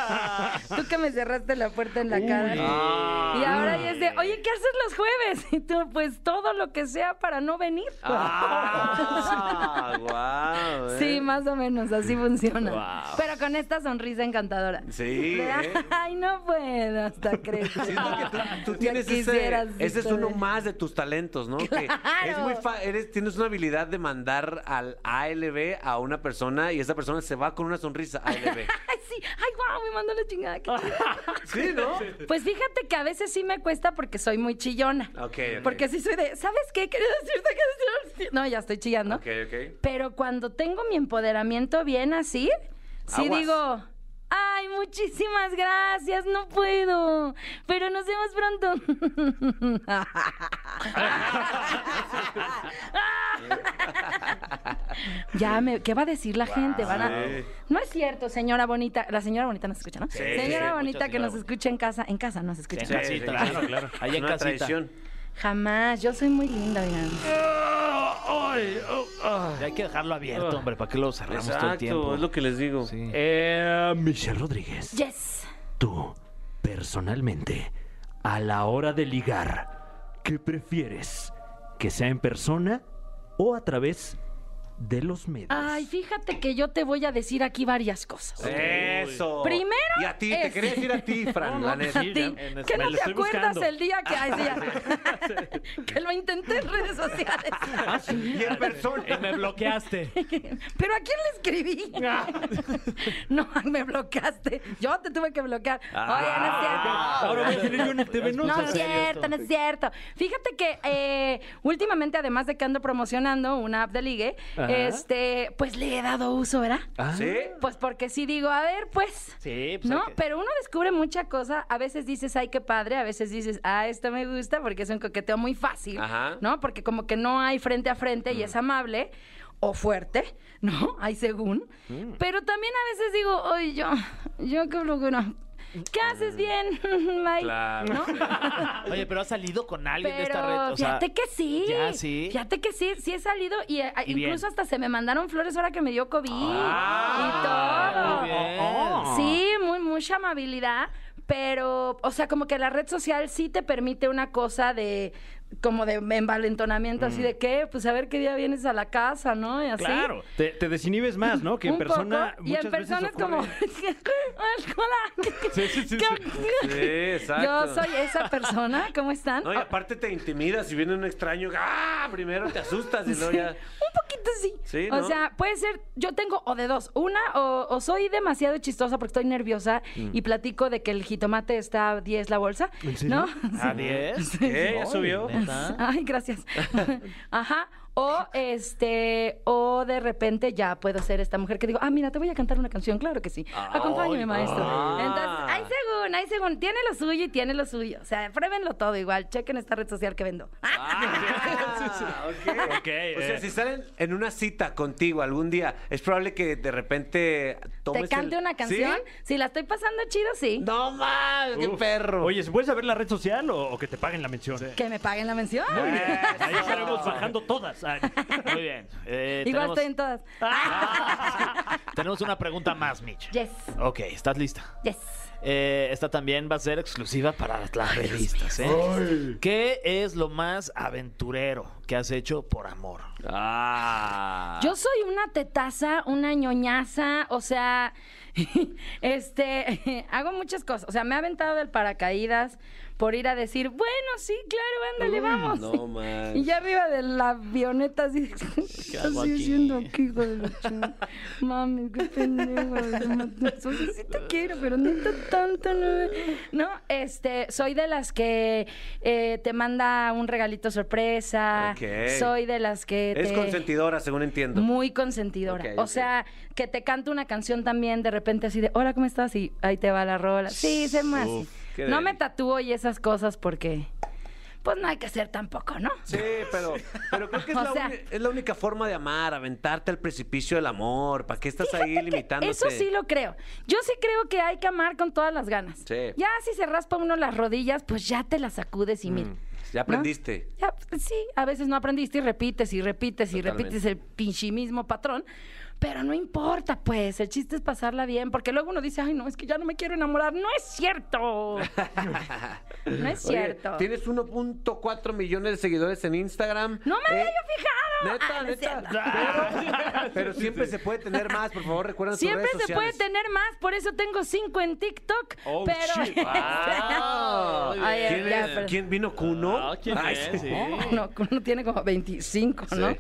Tú que me cerraste la puerta en la cara.
Ah.
Y ahora ya es de, oye, ¿qué haces los jueves? Y tú, pues todo lo que sea para no venir.
Ah, guau. ¿eh?
Sí, más o menos, así funciona. Pero con esta sonrisa encantadora.
Sí,
¿Verdad?
¿eh?
Ay, no puedo, hasta crees.
Siento que tú, tú
Ya
tienes ese,
quisieras
ese es uno
saber.
más de tus talentos, ¿no? Que es
¡Claro!
muy fa- eres, tienes una habilidad de mandar al ALB a una persona y esa persona se va con una sonrisa ALB.
Ay, sí. Ay, guau, me mandó la chingada. qué chido.
sí, ¿no?
Pues fíjate que a veces sí me cuesta porque soy muy chillona.
Ok, ok.
Porque sí soy de, ¿sabes qué? Quería decirte que... No, ya estoy chillando.
Ok, ok.
Pero cuando tengo mi empoderamiento bien así, sí
Aguas.
digo, ay, muchísimas gracias, no puedo, pero nos vemos pronto. ya, me, ¿qué va a decir la gente? Van a- No es cierto, señora bonita. La señora bonita nos escucha, ¿no? señora
sí,
bonita
mucha
que
señora
nos
bonita.
escucha en casa. En casa nos escucha.
Sí,
en
sí,
sí,
casa.
claro,
sí.
claro. Ahí
Es
en
una
casita.
traición.
Jamás, yo soy muy linda, oigan.
Ay, oh, ah.
Ya Hay que dejarlo abierto, hombre, ¿para qué lo cerramos todo el
Exacto,
tiempo?
es lo que les digo.
Sí.
Eh, Michelle Rodríguez,
Yes.
tú, personalmente, a la hora de ligar, ¿qué prefieres? ¿Que sea en persona o a través de los medios?
Ay, fíjate que yo te voy a decir aquí varias cosas.
Eso.
Primero
Y a ti, te
es-
quería decir a ti, Fran, la neta.
A
Sí,
ti.
ya, en eso
¿Qué
me
no
lo
te
estoy
acuerdas
buscando.
el día que, ay, sí, ya. que lo intenté en redes sociales?
Ah,
Y en persona.
Eh,
Y me bloqueaste.
¿Pero a quién le escribí?
Ah.
no, me bloqueaste. Yo te tuve que bloquear.
Ah.
Oye, no es cierto.
Ahora voy a salir yo en el TV
No,
Notas.
es cierto, no es cierto. Fíjate que eh, últimamente, además de que ando promocionando una app de ligue,
Ajá.
este, pues le he dado uso, ¿verdad?
Ah. ¿Sí?
Pues porque sí digo, a ver, pues.
Sí, pues.
No,
hay que-
pero uno descubre mucha cosa. A veces dices, ay, qué padre. A veces dices, ah, esto me gusta porque es un coqueteo muy fácil.
Ajá.
¿No? Porque como que no hay frente a frente y es amable o fuerte, ¿no? Hay según.
Mm.
Pero también a veces digo, ay, yo, yo qué locura. ¿Qué
Mm.
haces bien, Mike?
Claro.
¿No?
Oye, pero has salido con alguien de esta red.
Pero
O sea,
fíjate que sí.
ya sí.
Fíjate que sí, sí he salido y, eh,
Y bien.
incluso hasta se me mandaron flores ahora que me dio COVID y todo.
Ah, muy bien.
Sí, muy, mucha amabilidad, pero, o sea, como que la red social sí te permite una cosa de, como de envalentonamiento, así de que, pues a ver qué día vienes a la casa, ¿no? Y así.
Mm. Claro, te, te desinhibes más, ¿no? Que en
Un
persona.
poco, y en
muchas veces
persona es como,
ocurre-
hola,
Sí, sí, sí,
¿qué-
Sí, exacto.
yo soy esa persona, ¿cómo están?
No, y aparte te intimidas si viene un extraño. ¡Ah! Primero te asustas y luego ya.
Un poquito sí.
Sí,
O
¿no?
sea, puede ser, yo tengo o de dos. Una, o, o soy demasiado chistosa porque estoy nerviosa
Mm.
y platico de que el jitomate está a 10 la bolsa. ¿No?
¿A 10?
¿Qué? ¿Ya subió?
Ay, gracias. Ajá. O este, o de repente ya puedo ser esta mujer que digo, ah, mira, te voy a cantar una canción, claro que sí. Acompáñame, maestro.
ah.
Entonces, ahí según, ahí según, tiene lo suyo y tiene lo suyo. O sea, pruébenlo todo igual, chequen esta red social que vendo.
Ah, ok. O
eh,
sea, si salen en una cita contigo algún día, es probable que de repente tomes.
Te cante
el-
una canción,
¿Sí?
si la estoy pasando chido, sí.
No mames, qué
Uf.
perro.
Oye, ¿se puede saber la red social o, o que te paguen la mención?
Que me paguen la mención.
Muy bien. Ahí estaremos bajando todas. Ay.
Muy bien. Eh, tenemos, Ah,
Igual estoy en todas.
Ah.
tenemos una pregunta más, Mitch.
Yes,
Ok, ¿estás lista?
yes.
Eh, esta también va a ser exclusiva para las revistas, ¿eh? ¿Qué es lo más aventurero que has hecho por amor?
Ah.
Yo soy una tetaza, una ñoñaza, o sea, este, hago muchas cosas. O sea, me he aventado del paracaídas, por ir a decir, bueno, sí, claro, ándale,
Mm,
vamos.
No, man.
Y ya arriba de la avioneta así, ¿qué
hago
estoy
aquí?
haciendo aquí, hijo de la chingada? Mami, qué pendejo. de mat- O sea, sí te quiero, pero neta tanto. No, no este, soy de las que eh, te manda un regalito sorpresa.
Ok.
Soy de las que
Es
te-
consentidora, según entiendo.
muy consentidora.
Ok,
O
ok.
sea, que te canta una canción también de repente así de, hola, ¿cómo estás? Y ahí te va la rola. Sí, se me hace.
Uf, qué
No
deli.
me tatúo y esas cosas porque, pues no hay que ser tampoco, ¿no?
Sí, pero, pero creo que es
O
la,
sea-
uni- es la única forma de amar, aventarte al precipicio del amor. ¿Para qué estás ahí
Fíjate que
limitándote?
Eso sí lo creo. Yo sí creo que hay que amar con todas las ganas.
Sí. Mm.
Ya si se raspa uno las rodillas, pues ya te las sacudes y mira.
Ya aprendiste.
Ya, pues, sí, a veces no aprendiste y repites y repites y
Totalmente.
repites el pinche mismo patrón, pero no importa, pues, el chiste es pasarla bien, porque luego uno dice, ay, no, es que ya no me quiero enamorar. No es cierto. no es
Oye,
cierto.
Tienes 1.4 millones de seguidores en Instagram.
No me había yo
¿Eh?
fijado.
Neta,
Ah, no es
neta.
cierto. Ah.
Pero, pero siempre se puede tener más, por favor, recuerda sus
Siempre
redes
se puede
sociales.
tener más, por eso tengo cinco en TikTok.
Oh,
pero este,
shit. Ah,
muy
Ay,
¿Quién,
ya,
es?
pero-
¿Quién vino Cuno?
Ah, ¿quién es? Sí.
No, no, uno tiene como 25, ¿no?
Sí.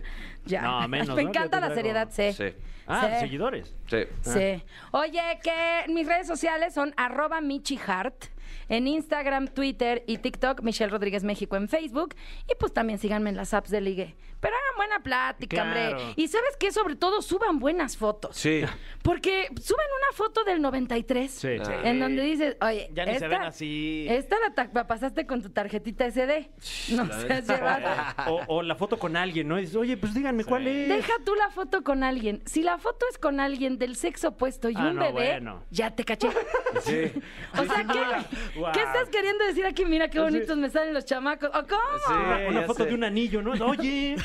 Ya.
No, menos, ¿no?
Me
Yo
encanta la
tendré
seriedad,
como-
sí.
Sí.
Ah,
Sí.
seguidores.
Sí.
Sí. Oye, que mis redes sociales son arroba michihart. En Instagram, Twitter y TikTok, Michelle Rodríguez México en Facebook. Y pues también síganme en las apps de ligue. Pero hagan buena plática,
Claro.
hombre. Y sabes qué, sobre todo, suban buenas fotos.
Sí.
Porque suben una foto del 93.
Sí.
Ah.
En donde dices, oye,
Ya ni se ven así.
Esta la, ta- la pasaste con tu tarjetita SD. No seas llevado.
Eh, O, o la foto con alguien, ¿no? Y dices, oye, pues díganme cuál es.
Deja tú la foto con alguien. Si la foto es con alguien del sexo opuesto y
Ah,
un
no,
bebé,
bueno.
ya te caché.
Sí.
O sea, ¿qué,
Guau.
qué estás queriendo decir aquí? Mira qué bonitos me salen los chamacos. ¿O cómo?
Una
ya
foto
sé.
de un anillo, ¿no? Oye.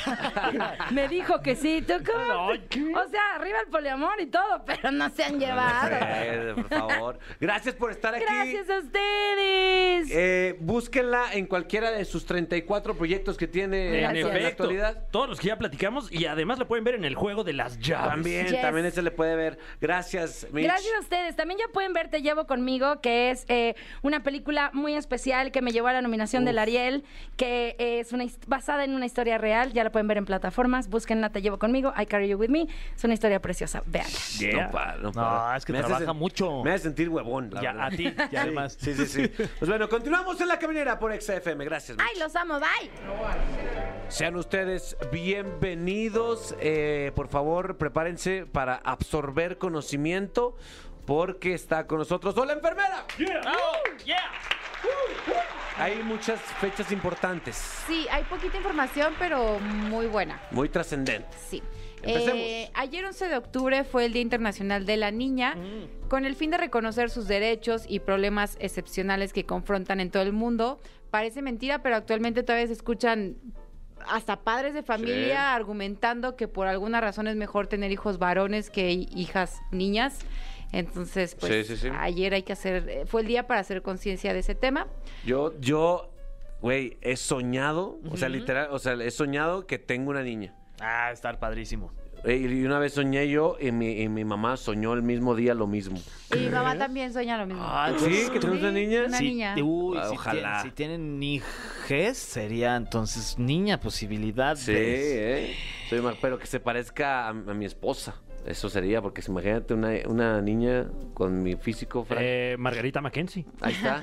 Me dijo que sí. ¿Tú cómo?
Ay, ¿qué?
O sea, arriba el poliamor y todo, pero no se han llevado.
Eh, por favor. Gracias por estar aquí.
Gracias a ustedes.
Eh, búsquenla en cualquiera de sus 34 proyectos que tiene
En
Gracias.
en la
efecto.
actualidad.
Todos los que ya platicamos y además la pueden ver en el juego de las llaves.
También,
Yes.
también ese le puede ver. Gracias, Mitch.
Gracias a ustedes. También ya pueden ver Te Llevo Conmigo, que es eh, una película muy especial que me llevó a la nominación del Ariel, que eh, es una his- basada en una historia real. Ya la pueden ver en plataformas. Búsquenla Te Llevo Conmigo, I Carry You With Me. Es una historia preciosa. Vean.
Yeah.
No, para, no,
No, es que
hace
trabaja
sen-
mucho.
Me hace sentir huevón, la
Ya,
verdad.
a ti, ya
Sí,
además.
Sí, sí, sí. Pues bueno, continuamos en La Caminera por XFM. Gracias, Mitch.
¡Ay, los amo! ¡Bye!
Sean ustedes bienvenidos. Eh, por favor, prepárense para absorber conocimiento porque está con nosotros. ¡Hola, enfermera! Hay muchas fechas importantes,
Sí, hay poquita información, pero muy buena.
muy trascendentes.
Sí.
Empecemos.
Eh, ayer 11 de octubre fue el Día Internacional de la Niña,
Mm.
con el fin de reconocer sus derechos y problemas excepcionales que confrontan en todo el mundo. Parece mentira, pero actualmente todavía se escuchan hasta padres de familia argumentando que por alguna razón es mejor tener hijos varones que hi- hijas niñas. Entonces, pues
Sí, sí, sí.
ayer hay que hacer, eh, fue el día para hacer conciencia de ese tema.
Yo, yo, güey, he soñado, o sea, literal, o sea, he soñado que tengo una niña.
Ah, estar padrísimo.
Eh, Y una vez soñé yo y mi, y mi mamá soñó el mismo día lo mismo.
Y mi mamá también sueña lo mismo.
Ah,
¿Sí? ¿Que tenemos una niña?
Una
Sí,
niña.
uy,
Ah,
si
ojalá.
tienen- Si tienen hijes, sería entonces niña posibilidad
Sí,
de...
¿eh? Soy Mar- pero que se parezca a, a mi esposa. Eso sería, porque si imagínate una, una niña con mi físico, Frank.
Eh, Margarita Mackenzie.
Ahí está.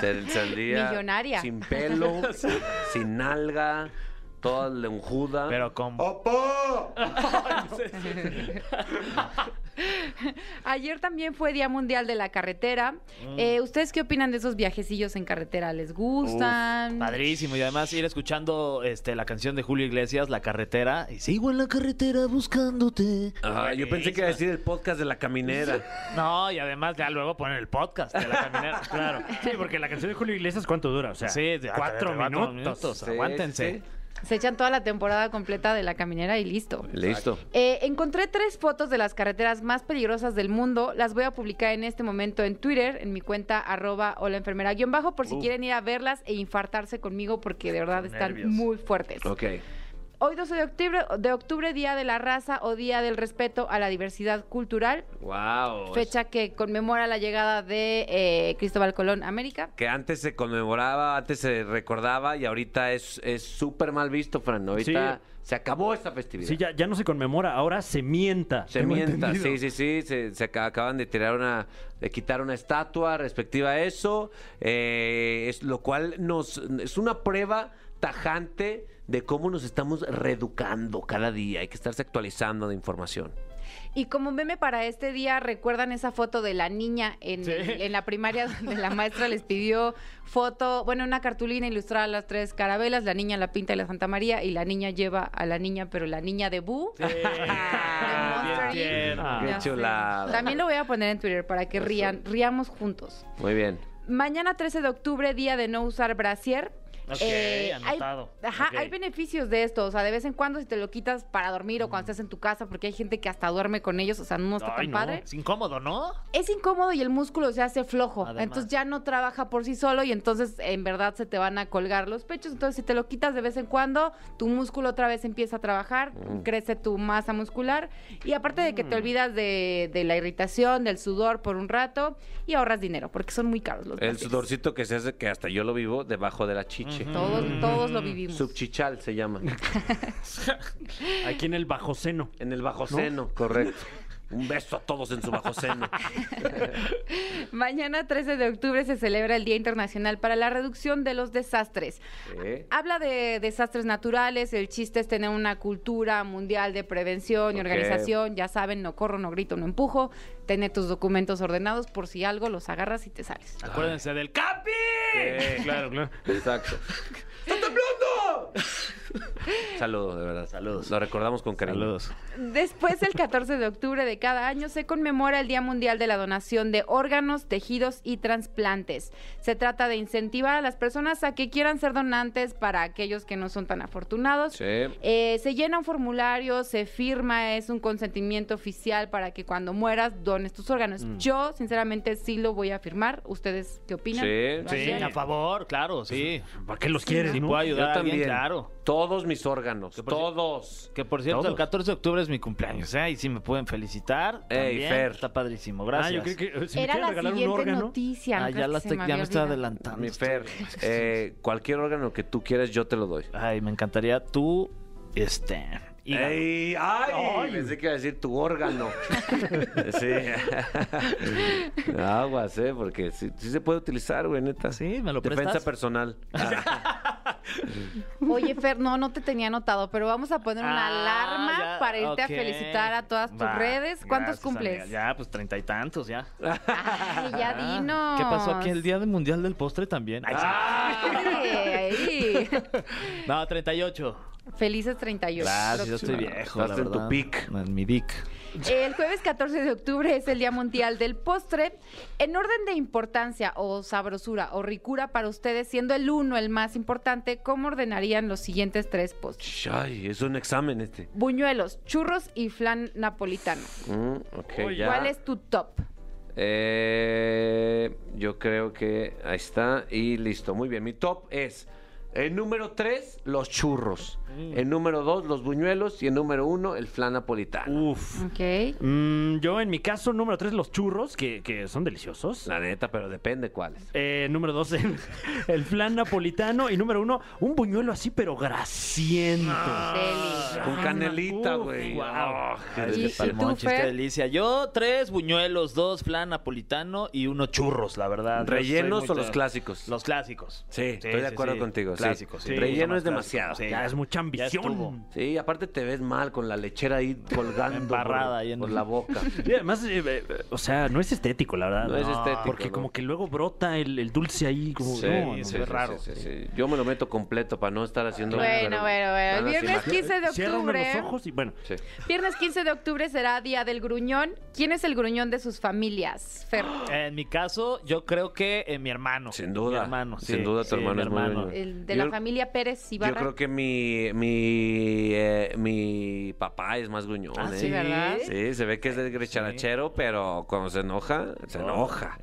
Se- saldría
Millonaria.
Sin pelo, sin alga, toda lenjuda.
Pero con.
Ayer también fue Día Mundial de la Carretera. Eh, ¿Ustedes qué opinan de esos viajecillos en carretera? ¿Les gustan?
Padrísimo, y además ir escuchando este, la canción de Julio Iglesias, La Carretera, y sigo en la carretera buscándote.
Ah, yo pensé que iba a decir el podcast de la caminera.
No, y además ya luego ponen el podcast de la caminera.
Claro. Sí, porque la canción de Julio Iglesias, ¿cuánto dura? O sea,
Sí, de-
cuatro,
cuatro
minutos.
minutos.
Sí,
Aguántense.
sí.
Se echan toda la temporada completa de la caminera y listo.
Listo.
Eh, encontré tres fotos de las carreteras más peligrosas del mundo. Las voy a publicar en este momento en Twitter, en mi cuenta arroba o enfermera guión bajo, por si quieren ir a verlas e infartarse conmigo porque de verdad están
nervios.
muy fuertes.
Ok.
Hoy 12 de octubre, de octubre, Día de la Raza o Día del Respeto a la Diversidad Cultural,
Wow.
fecha que conmemora la llegada de eh, Cristóbal Colón a América.
Que antes se conmemoraba, antes se recordaba y ahorita es es súper mal visto, Fran. Ahorita se acabó esta festividad.
Sí, ya, ya no se conmemora, ahora se mienta.
Se
tengo
mienta,
entendido.
sí, sí, sí. Se, se aca- acaban de tirar una, de quitar una estatua respectiva a eso, eh, es lo cual nos es una prueba tajante de cómo nos estamos reeducando cada día. Hay que estarse actualizando de información.
Y como meme para este día, ¿recuerdan esa foto de la niña en,
Sí.
el- en la primaria donde la maestra les pidió foto, bueno, una cartulina ilustrada a las tres carabelas, la niña la pinta de la Santa María y la niña lleva a la niña, pero la niña de Boo?
Sí. Ah, Bien
Ah,
tierno.
Qué
Ya sé.
chulada.
También lo voy a poner en Twitter para que rían, riamos juntos.
Muy bien.
Mañana 13 de octubre, día de no usar brasier. Eh,
Ok,
hay,
anotado.
ajá,
Ok.
hay beneficios de esto. O sea, de vez en cuando si te lo quitas para dormir o cuando estás en tu casa, porque hay gente que hasta duerme con ellos, o sea, no está
Ay,
tan
no.
padre.
Es incómodo, ¿no?
Es incómodo y el músculo se hace flojo.
Además.
Entonces ya no trabaja por sí solo y entonces en verdad se te van a colgar los pechos. Entonces si te lo quitas de vez en cuando, tu músculo otra vez empieza a trabajar, crece tu masa muscular y aparte de que
Mm.
te olvidas de, de la irritación, del sudor por un rato y ahorras dinero porque son muy caros los
El
brasiers.
sudorcito que se hace, que hasta yo lo vivo, debajo de la chiche.
Todos, todos lo vivimos.
Subchichal se llama.
Aquí en el bajo seno.
En el bajo seno, correcto. Un beso a todos en su bajo seno.
Mañana 13 de octubre se celebra el Día Internacional para la Reducción de los Desastres.
¿Eh?
Habla de desastres naturales, el chiste es tener una cultura mundial de prevención y
Ok.
organización, ya saben, no corro, no grito, no empujo, tener tus documentos ordenados por si algo los agarras y te sales.
Ah.
Acuérdense del Capi.
Sí,
claro, claro.
Exacto. ¡Está temblando! Saludos, de verdad. Saludos. Lo recordamos con cariño.
Saludos.
Después, el 14 de octubre de cada año, se conmemora el Día Mundial de la Donación de Órganos, Tejidos y Transplantes. Se trata de incentivar a las personas a que quieran ser donantes para aquellos que no son tan afortunados.
Sí.
Eh, se llena un formulario, se firma, es un consentimiento oficial para que cuando mueras dones tus órganos.
Mm.
Yo, sinceramente, sí lo voy a firmar. ¿Ustedes qué opinan?
Sí.
¿Lo
Sí,
harían?
a favor, claro, sí. pues,
¿Para qué los quieres,
Si
no?
puedo ayudar
Yo
a alguien,
también.
claro.
Todos mis órganos.
por si-
Todos.
Que por cierto,
Todos.
el 14 de octubre es mi cumpleaños, ¿eh? Y si me pueden felicitar.
Ey,
también,
Fer.
Está padrísimo,
Ah,
gracias.
yo creo que si me
Era
quieren
la
regalar un
siguiente
órgano.
noticia.
Ah,
no
ya,
creo
la
que se
estoy- ya me estoy
había olvidado.
adelantando.
Mi
estoy-
Fer, eh, cualquier órgano que tú quieras, yo te lo doy.
Ay, me encantaría tú, este... hígado.
¡Ey! ¡Ay! Pensé que iba a decir tu órgano. sí. Aguas, ¿eh? Porque sí, sí se puede utilizar, güey, neta.
Sí, ¿me lo
Defensa
prestas?
personal. Ah,
Oye, Fer, no, no te tenía anotado, pero vamos a poner
Ah,
una alarma
ya,
para irte
ok.
a felicitar a todas tus
Va,
redes. ¿Cuántos
gracias,
cumples?
amiga. Ya, pues treinta y tantos, ya.
Ay, ya
Ah,
dinos.
¿Qué pasó aquí el Día del Mundial del Postre también? Ay, sí.
Ay,
No, 38.
Felices 31.
Gracias, yo estoy
sí.
viejo,
Estás
la
en tu
verdad.
pic.
En mi dick.
El jueves 14 de octubre es el Día Mundial del Postre. En orden de importancia o sabrosura o ricura para ustedes, siendo el uno el más importante, ¿cómo ordenarían los siguientes tres postres?
Ay, es un examen este.
Buñuelos, churros y flan napolitano.
Mm, ok, ya.
¿Cuál es tu top?
Eh, yo creo que ahí está y listo. Muy bien, mi top es el número 3, los churros.
Mm.
El número 2, los buñuelos. Y el número 1, el flan napolitano.
Uf.
Ok.
Mm, yo, en mi caso, número tres, los churros, que, que son deliciosos.
La neta, pero depende cuáles.
Eh, número dos, el, el flan napolitano. Y número uno, un buñuelo así, pero grasiento.
Ah,
Deli.
Con canelita,
Uf,
güey.
guau.
Oh,
Ay,
¿Y-
qué
y tú,
palmonchis, qué
Fer?
delicia. Yo, tres buñuelos, dos flan napolitano y uno churros, la verdad. Yo
¿Rellenos
soy muy
o los
de-
clásicos?
Los clásicos.
Sí, estoy de acuerdo contigo, sí.
Clásicos.
Sí,
me gusta
relleno
más
es demasiado,
clásico,
ya es mucha ambición.
estuvo.
Sí, aparte te ves mal con la lechera ahí colgando.
Embarrada
por-
ahí en
por
el-
la boca.
Y además, eh, eh, o sea, no es estético, la verdad.
No es estético,
Porque
no.
como que luego brota el, el dulce ahí. Como,
Sí,
no, no,
sí,
no.
sí, sí, sí, sí. Yo me lo meto completo para no estar haciendo.
Bueno, bueno, bueno. El
Nada, sí,
viernes
imagínate.
15 de
Cierra uno
octubre.
los ojos y bueno.
Sí.
Viernes 15 de octubre será Día del Gruñón. ¿Quién es el gruñón de sus familias? Fer.
Ah.
En mi caso, yo creo que eh, mi hermano.
Sin duda.
Mi hermano,
Sin
sí,
duda tu
sí,
hermano
mi
es muy bueno.
El de
Yo-
la familia Pérez
Yo
Ibarra.
creo que mi mi, eh, mi papá es más gruñón.
Ah,
¿eh?
sí, ¿verdad?
Sí, se ve que es desgrecharachero, pero cuando se enoja, se enoja.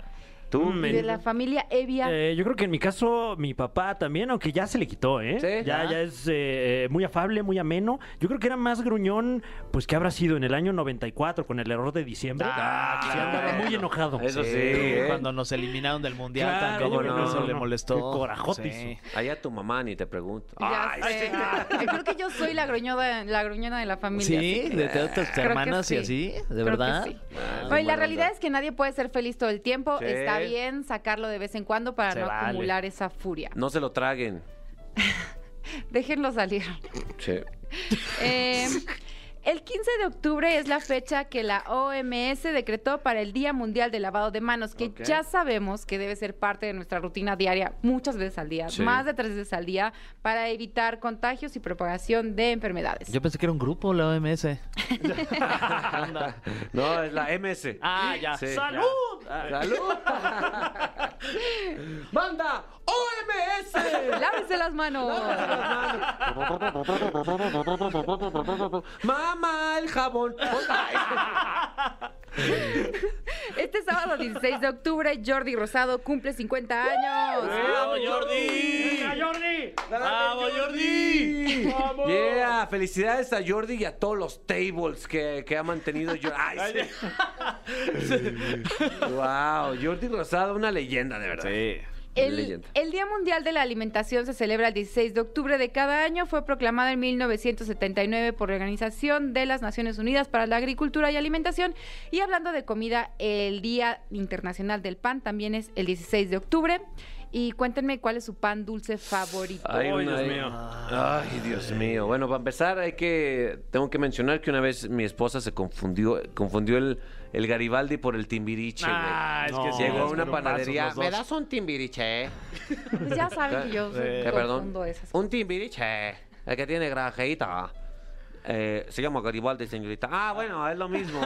Tú,
Mm,
De
en-
la familia Evia.
Eh, yo creo que en mi caso, mi papá también, aunque ya se le quitó, ¿eh?
Sí.
Ya,
Ah.
ya es eh, eh, muy afable, muy ameno. Yo creo que era más gruñón, pues que habrá sido en el año 94 con el error de diciembre.
Ah,
Sí,
claro.
andaba muy enojado.
Eso sí. ¿eh?
Cuando nos eliminaron del mundial
Claro,
también, yo
cómo
creo que
no.
eso le molestó.
Qué corajote hizo.
Allá tu mamá ni te pregunto.
Ya
Ay,
sé. Ay, Creo que yo soy la gruñona, la gruñona de la familia.
Sí,
así que-
de todas tus
Creo que
hermanas y así,
sí.
¿de
Creo que
verdad?
sí.
Ah,
Oye,
buena
la realidad
onda.
es que nadie puede ser feliz todo el tiempo.
Sí.
Está bien sacarlo de vez en cuando para
Se
no
vale.
acumular esa furia.
No se lo traguen.
Déjenlo salir.
Sí.
Eh, el 15 de octubre es la fecha que la OMS decretó para el Día Mundial de Lavado de Manos, que
Ok.
ya sabemos que debe ser parte de nuestra rutina diaria muchas veces al día,
Sí.
más de tres veces al día, para evitar contagios y propagación de enfermedades.
Yo pensé que era un grupo la OMS.
No, es la MS.
Ah, ya.
Sí,
¡Salud!
ya. Ah, ¡Salud! ¡Manda OMS!
Lávese las manos.
¡Mamá, el jabón!
Este sábado 16 de octubre, Jordi Rosado cumple 50 años.
¡Bravo, Jordi!
¡Venga, Jordi!
¡Bravo, Jordi!
¡Vamos!
Yeah, felicidades a Jordi y a todos los tables que, que ha mantenido Jordi. Ay, sí. wow, Jordi Rosado, una leyenda de verdad.
Sí.
El,
Leyenda.
el Día Mundial de la Alimentación se celebra el 16 de octubre de cada año. Fue proclamado en 1979 por la Organización de las Naciones Unidas para la Agricultura y Alimentación. Y hablando de comida, el Día Internacional del Pan también es el 16 de octubre. Y cuéntenme cuál es su pan dulce favorito.
Ay,
Ay,
una- eh.
Dios mío.
Ay, Dios mío. Bueno, para empezar, hay que. Tengo que mencionar que una vez mi esposa se confundió, confundió el, el Garibaldi por el Timbiriche, güey.
Ah, es que sí,
Llegó a
nos
una
bromazos
panadería.
los dos.
das un timbiriche?
Pues ya saben que yo
Eh,
soy-
perdón.
confundo esas
Un timbiriche. El que tiene grajeita. Eh, se llama Garibaldi, señorita. Ah, bueno, es lo mismo.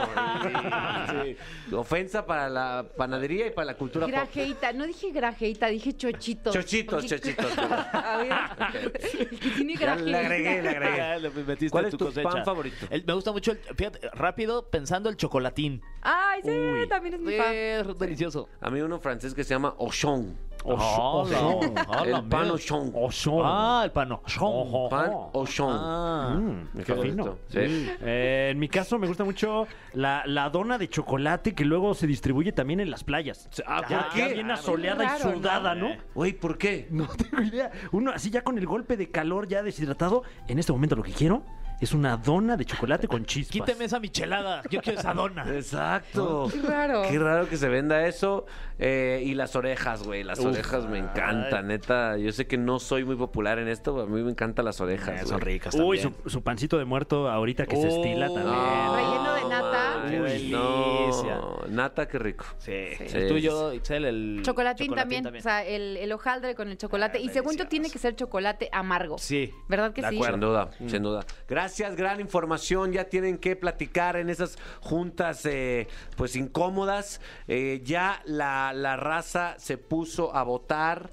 Sí, sí. Ofensa para la panadería y para la cultura pop.
Grajeita, no dije grajeita, dije chochitos.
Chochitos,
Porque-
chochitos.
A ver, el que tiene
Ya le agregué, le
grajeita.
agregué.
Ya le metiste
¿Cuál es
Ah. tu
tu
cosecha.
pan favorito?
El- me gusta mucho el. Fíjate, rápido, pensando el chocolatín.
Ay, sí, también es mi fan.
Es delicioso.
A mí uno francés que se llama Auchan.
Oh, Hola, hola,
el pan
mira.
Auchan.
Oso.
Ah, el pano. Ojo.
Pan Auchan.
Ah.
Mm, qué
Qué
fino.
bonito. Sí.
Eh, en mi caso me gusta mucho la, la dona de chocolate que luego se distribuye también en las playas.
Ah,
Ya,
¿por
ya
qué?
bien asoleada
Qué
y
raro,
sudada, ¿no? Eh.
Güey, ¿por qué?
No tengo idea. Uno así ya con el golpe de calor ya deshidratado. En este momento lo que quiero es una dona de chocolate con chispas.
Quíteme esa michelada. Yo quiero esa dona.
Exacto.
Qué raro.
Qué raro que se venda eso. Eh, y las orejas, güey. Las orejas me encantan, neta. Yo sé que no soy muy popular en esto, pero a mí me encantan las orejas.
Son
güey.
ricas
Uy, su,
también.
su pancito de muerto ahorita que
Oh.
se estila también.
No,
Relleno de nata.
man,
Qué
no.
delicia.
Nata, qué rico.
Sí.
Sí.
El tuyo, Itzel, el.
Chocolatín, también, o sea, el, el hojaldre con el chocolate.
Ah,
y según yo, tiene que ser chocolate amargo.
Sí.
¿Verdad que
De
sí?
acuerdo.
Sin duda, sin duda. Gracias, gran información. Ya tienen que platicar en esas juntas, eh, pues incómodas. Eh, ya la, la raza se puso a votar,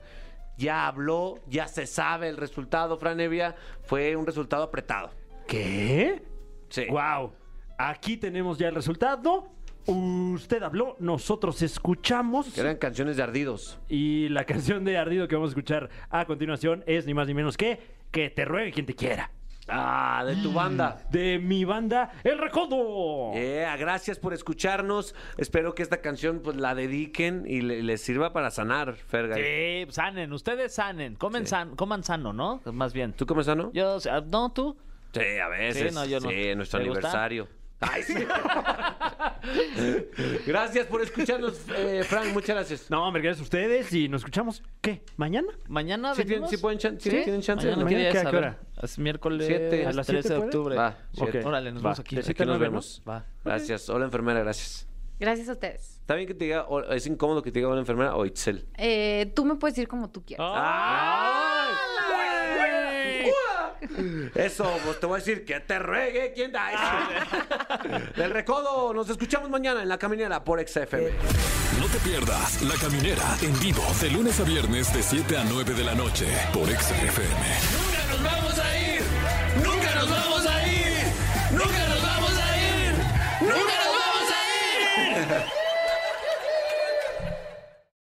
ya habló, ya se sabe el resultado. Fran Evia fue un resultado apretado.
¿Qué?
Sí.
Wow. Aquí tenemos ya el resultado. Usted habló, nosotros escuchamos.
Que eran canciones de ardidos.
Y la canción de Ardido que vamos a escuchar a continuación es ni más ni menos que Que te ruegue quien te quiera.
Ah, de
Mm.
tu banda.
De mi banda El
Oh.
Recodo.
Yeah, gracias por escucharnos. Espero que esta canción pues la dediquen y le- les sirva para sanar, Ferga.
Sí, sanen. Ustedes sanen. Comen san- coman sano, ¿no? Pues Más bien.
¿Tú cómo sano?
Yo, o sea, no, tú.
Sí, a veces.
Sí, no, yo no.
Sí, nuestro
¿Te gusta?
aniversario. Ay, sí. gracias por escucharnos, eh, Frank. Muchas gracias.
No, hombre, gracias a ustedes y nos escuchamos. ¿Qué? ¿Mañana?
Mañana
¿Sí, tienen,
venimos?
sí pueden chan- sí tienen chance?
Mañana,
¿Mañana
¿qué día
qué-
es?
a
A
qué
ver,
hora?
es miércoles
Siete. ¿A
las
13
siete
de
puede?
octubre.
Va,
Ok.
siete.
Órale, nos
Va,
vemos aquí.
de
Aquí
siete a
nos
nueve,
vemos. Va.
Gracias. Hola, enfermera, gracias.
Gracias a ustedes.
¿Está bien que te diga, o- es incómodo que te diga hola, enfermera o Itzel?
Eh, tú me puedes ir como tú quieras.
Ah. ¡Ay! Eso, pues te voy a decir que te ruegue quien da eso. Del recodo, nos escuchamos mañana en la caminera por XFM.
No te pierdas La Caminera en vivo de lunes a viernes de 7 a 9 de la noche por Exa FM.